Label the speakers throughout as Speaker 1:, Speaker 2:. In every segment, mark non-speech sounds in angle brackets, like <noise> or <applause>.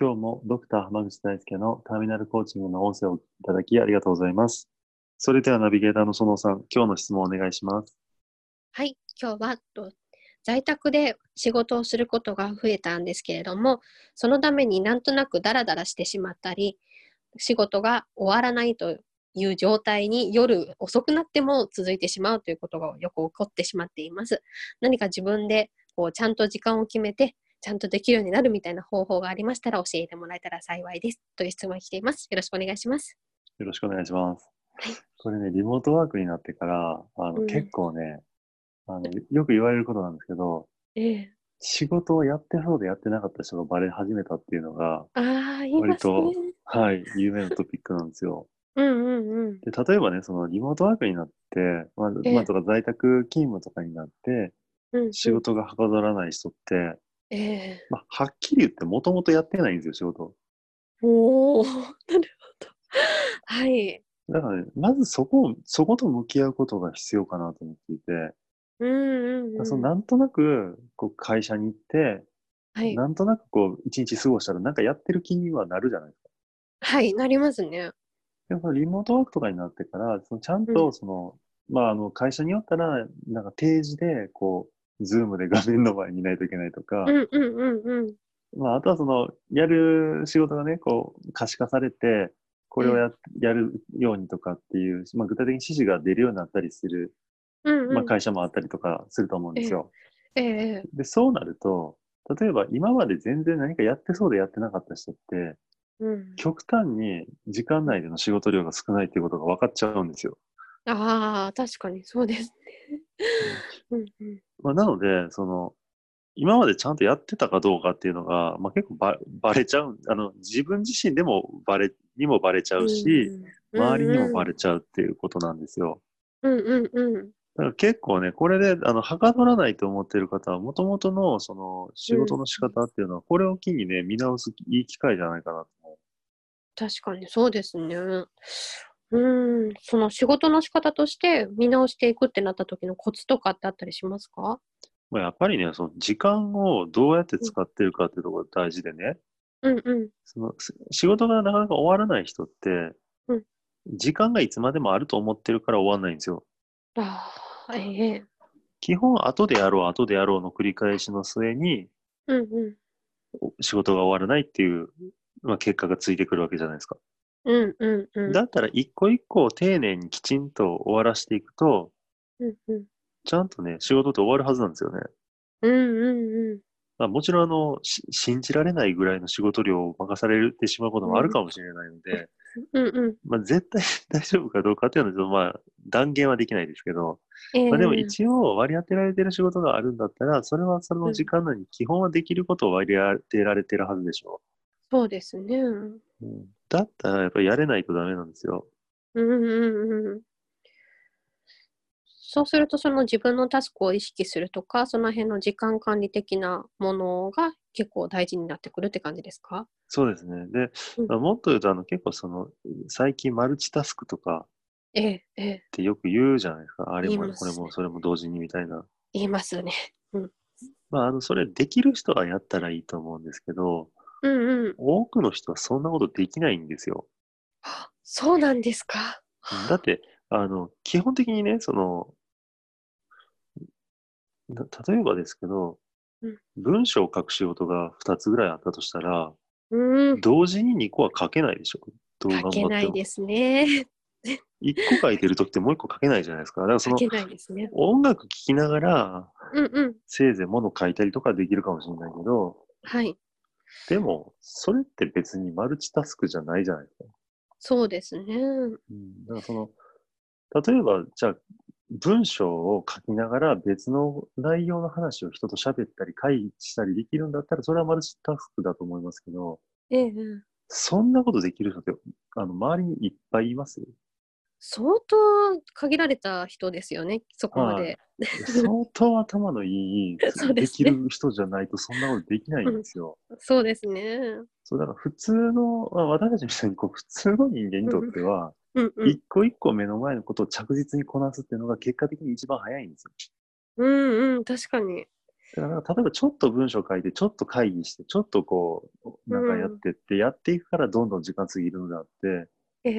Speaker 1: 今日もドクター浜口大輔のターミナルコーチングの音声をいただきありがとうございます。それではナビゲーターの園さん、今日の質問をお願いします。
Speaker 2: はい、今日は在宅で仕事をすることが増えたんですけれども、そのためになんとなくダラダラしてしまったり、仕事が終わらないという状態に夜遅くなっても続いてしまうということがよく起こってしまっています。何か自分でこうちゃんと時間を決めて、ちゃんとできるようになるみたいな方法がありましたら教えてもらえたら幸いですという質問来ています。よろしくお願いします。
Speaker 1: よろしくお願いします。はい、これね、リモートワークになってから、あの、うん、結構ねあの、よく言われることなんですけど、
Speaker 2: ええ、
Speaker 1: 仕事をやってそうでやってなかった人がバレ始めたっていうのが、
Speaker 2: あい
Speaker 1: 割と、ね、はい、有名なトピックなんですよ。
Speaker 2: うんうんうん、
Speaker 1: で例えばね、そのリモートワークになって、まあ、ええ、まあ、とか在宅勤務とかになって、うんうん、仕事がはかどらない人って、
Speaker 2: えー
Speaker 1: まあ、はっきり言ってもともとやってないんですよ仕事
Speaker 2: おおなるほどはい
Speaker 1: だから、ね、まずそこをそこと向き合うことが必要かなと思っていて
Speaker 2: うんうん、
Speaker 1: そのなんとなくこう会社に行って、
Speaker 2: はい、
Speaker 1: なんとなくこう一日過ごしたらなんかやってる気にはなるじゃないですか
Speaker 2: はいなりますね
Speaker 1: でもリモートワークとかになってからそのちゃんとその、うん、まああの会社によったらなんか定時でこうズームで画面の前にいないといけないとか、。
Speaker 2: うんうんうんうん
Speaker 1: まあ、あとはその、やる仕事がね、こう、可視化されて、これをや,、やるようにとかっていう、まあ、具体的に指示が出るようになったりする、
Speaker 2: うんうん、
Speaker 1: まあ、会社もあったりとかすると思うんですよ。
Speaker 2: ええ
Speaker 1: で、そうなると、例えば今まで全然何かやってそうでやってなかった人って、
Speaker 2: うん、
Speaker 1: 極端に時間内での仕事量が少ないっていうことが分かっちゃうんですよ。
Speaker 2: ああ、確かにそうですね。うんうん
Speaker 1: まあ、なので、その、今までちゃんとやってたかどうかっていうのが、まあ、結構ばばれちゃう、あの、自分自身でもばれ、にもばれちゃうし、
Speaker 2: うんうん、
Speaker 1: 周りにもばれちゃうっていうことなんです
Speaker 2: よ。うんうんうん。だ
Speaker 1: から結構ね、これで、あの、はかどらないと思ってる方は、もともとの、その、仕事の仕方っていうのは、これを機にね、見直すいい機会じゃないかなと思う。
Speaker 2: 確かにそうですね。うん、その仕事の仕方として見直していくってなった時のコツとかってあったりしますか
Speaker 1: やっぱりね、その時間をどうやって使ってるかっていうところが大事でね。
Speaker 2: うんうん。
Speaker 1: その仕事がなかなか終わらない人って、
Speaker 2: うん、
Speaker 1: 時間がいつまでもあると思ってるから終わらないんですよ。
Speaker 2: ああ、ええ
Speaker 1: 基本、後でやろう、後でやろうの繰り返しの末に、、
Speaker 2: うんうん
Speaker 1: 仕事が終わらないっていう、まあ、結果がついてくるわけじゃないですか。
Speaker 2: うんうんうん、
Speaker 1: だったら一個一個丁寧にきちんと終わらしていくと、
Speaker 2: うんうん、
Speaker 1: ちゃんとね仕事って終わるはずなんですよね。
Speaker 2: うんうんうん
Speaker 1: まあ、もちろんあの信じられないぐらいの仕事量を任されてしまうこともあるかもしれないので、
Speaker 2: うんうん
Speaker 1: まあ、絶対 <laughs> 大丈夫かどうかっていうのは、まあ、断言はできないですけど、まあ、でも一応割り当てられてる仕事があるんだったらそれはその時間内に基本はできることを割り当てられてるはずでしょ
Speaker 2: う。そうですね、うん
Speaker 1: だったらやっぱりやれないとダメなんですよ。
Speaker 2: うんうんうん。そうすると、その自分のタスクを意識するとか、その辺の時間管理的なものが結構大事になってくるって感じですか
Speaker 1: そうですね。で、うん、もっと言うと、あの結構その、最近マルチタスクとか、
Speaker 2: ええ、ええ
Speaker 1: ってよく言うじゃないですか。あれも、ね、これも、それも同時にみたいな。
Speaker 2: 言いますね。うん。
Speaker 1: まあ、あの、それできる人はやったらいいと思うんですけど、
Speaker 2: うんうん、多
Speaker 1: くの人はそんなことできないんですよ。
Speaker 2: そうなんですか。
Speaker 1: だって、あの、基本的にね、その、例えばですけど、
Speaker 2: うん、
Speaker 1: 文章を書く仕事が2つぐらいあったとしたら、
Speaker 2: うん、
Speaker 1: 同時に2個は書けないでしょ。
Speaker 2: どう頑張っても。書けないですね。
Speaker 1: 1個書いてる時ってもう1個書けないじゃないですか。だからその、
Speaker 2: ね、
Speaker 1: 音楽聴きながら、
Speaker 2: うんうん、
Speaker 1: せいぜい物書いたりとかできるかもしれないけど、
Speaker 2: はい。
Speaker 1: でも、それって別にマルチタスクじゃないじゃないですか。、
Speaker 2: そうですね。うん
Speaker 1: だからその例えば、じゃあ、文章を書きながら別の内容の話を人と喋ったり会議したりできるんだったらそれはマルチタスクだと思いますけど、
Speaker 2: ええうん
Speaker 1: そんなことできる人ってあの周りにいっぱいいます
Speaker 2: 相当限られた人ですよね、そこまで。
Speaker 1: 相当頭のいい
Speaker 2: <laughs> そうで
Speaker 1: ですき
Speaker 2: ね
Speaker 1: る人じゃないとそんなことできないんですよ。
Speaker 2: そうですね。
Speaker 1: そうだから普通の、まあ、私たちみたいにこう普通の人間にとっては、
Speaker 2: うんうん
Speaker 1: 一個一個目の前のことを着実にこなすっていうのが結果的に一番早いんですよ。
Speaker 2: うんうん、確かに。
Speaker 1: だからなんか例えばちょっと文章書いて、ちょっと会議して、ちょっとこう、なんかやってって、やっていくからどんどん時間過ぎるのであって、
Speaker 2: ええ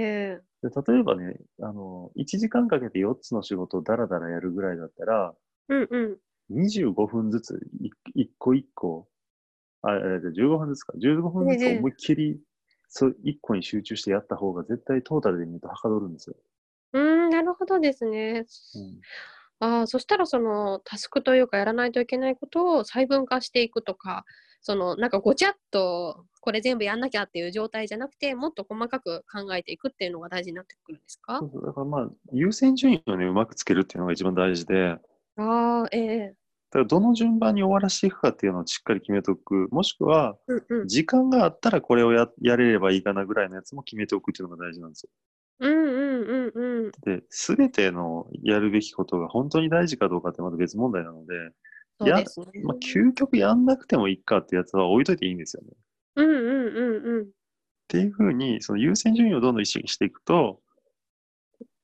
Speaker 1: で例えばね、あの、1時間かけて4つの仕事をダラダラやるぐらいだったら、
Speaker 2: うんうん。
Speaker 1: 25分ずつ、い一個一個、あ、えー15分ずつか、15分ずつ
Speaker 2: ええ
Speaker 1: 思いっきり、そう、一個に集中してやった方が絶対トータルで見るとはかどるんですよ。
Speaker 2: うん、なるほどですね。ああ、そしたらそのタスクというかやらないといけないことを細分化していくとか、そのなんかごちゃっとこれ全部やんなきゃっていう状態じゃなくて、もっと細かく考えていくっていうのが大事になってくるんですか
Speaker 1: そうそうだからまあ、優先順位をね、うまくつけるっていうのが一番大事で、
Speaker 2: ああ、ええ
Speaker 1: だからどの順番に終わらせていくかっていうのをしっかり決めておく。もしくは、
Speaker 2: うんうん。
Speaker 1: 時間があったらこれをややれればいいかなぐらいのやつも決めておくっていうのが大事なんですよ。
Speaker 2: うんうんうんうん。
Speaker 1: で、すべてのやるべきことが本当に大事かどうかってまた別問題なので、
Speaker 2: そ
Speaker 1: いうや
Speaker 2: ですね。
Speaker 1: まあ、究極やんなくてもいいかってやつは置いといていいんですよね。っ
Speaker 2: うんうんうんうん。
Speaker 1: ていうふうに、その優先順位をどんどん意識していくと、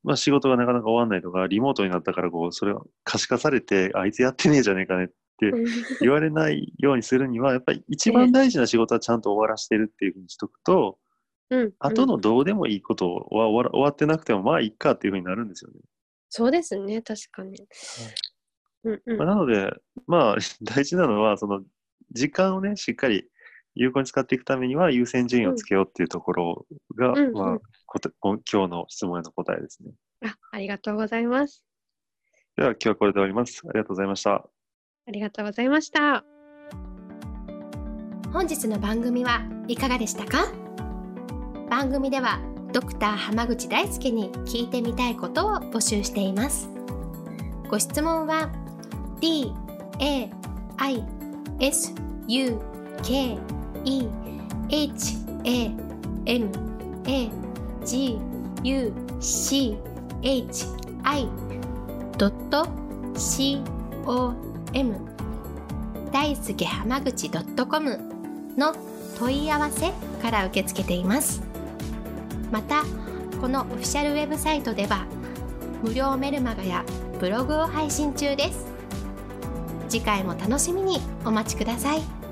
Speaker 1: まあ、仕事がなかなか終わんないとか、リモートになったからこう、それを可視化されて、あいつやってねえじゃねえかねって言われないようにするには、やっぱり一番大事な仕事はちゃんと終わらせてるっていうふうにしとくと、
Speaker 2: うんうん
Speaker 1: 後のどうでもいいことは終わら終わってなくても、まあいいかっていうふうになるんですよね。
Speaker 2: そうですね、確かに。うんうん
Speaker 1: まあ、なので、まあ、大事なのは、その、時間をね、しっかり有効に使っていくためには、優先順位をつけようっていうところが、
Speaker 2: うんうん
Speaker 1: まあ、こたこ今日の質問への答えですね。
Speaker 2: あ。ありがとうございます。
Speaker 1: では、今日はこれで終わります。ありがとうございました。
Speaker 2: ありがとうございました。
Speaker 3: 本日の番組はいかがでしたか番組ではドクター濱口大輔に聞いてみたいことを募集していますご質問は d a i s u k e h a m a g u c h i c o m 大輔濱口 .com の問い合わせから受け付けていますまたこのオフィシャルウェブサイトでは無料メルマガやブログを配信中です次回も楽しみにお待ちください